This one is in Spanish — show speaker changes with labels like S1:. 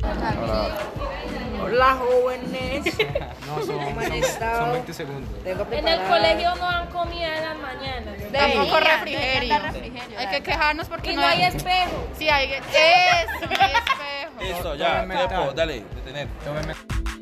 S1: Hola.
S2: Hola, jóvenes.
S3: No, son, son,
S2: han
S3: son
S2: estado?
S3: 20 segundos.
S2: Tengo
S4: En el
S2: preparado-
S4: colegio no dan comida en las mañanas.
S1: Tampoco
S5: Debería,
S1: refrigerio.
S5: debería dar refrigerio,
S1: Hay
S5: dale.
S1: que quejarnos porque
S4: Y
S1: no
S4: no hay espejo.
S1: Sí, hay. Eso, no hay espejo.
S6: Listo,
S3: Todo
S6: ya,
S3: es mental.
S6: tiempo, dale, detener.
S3: Tómeme-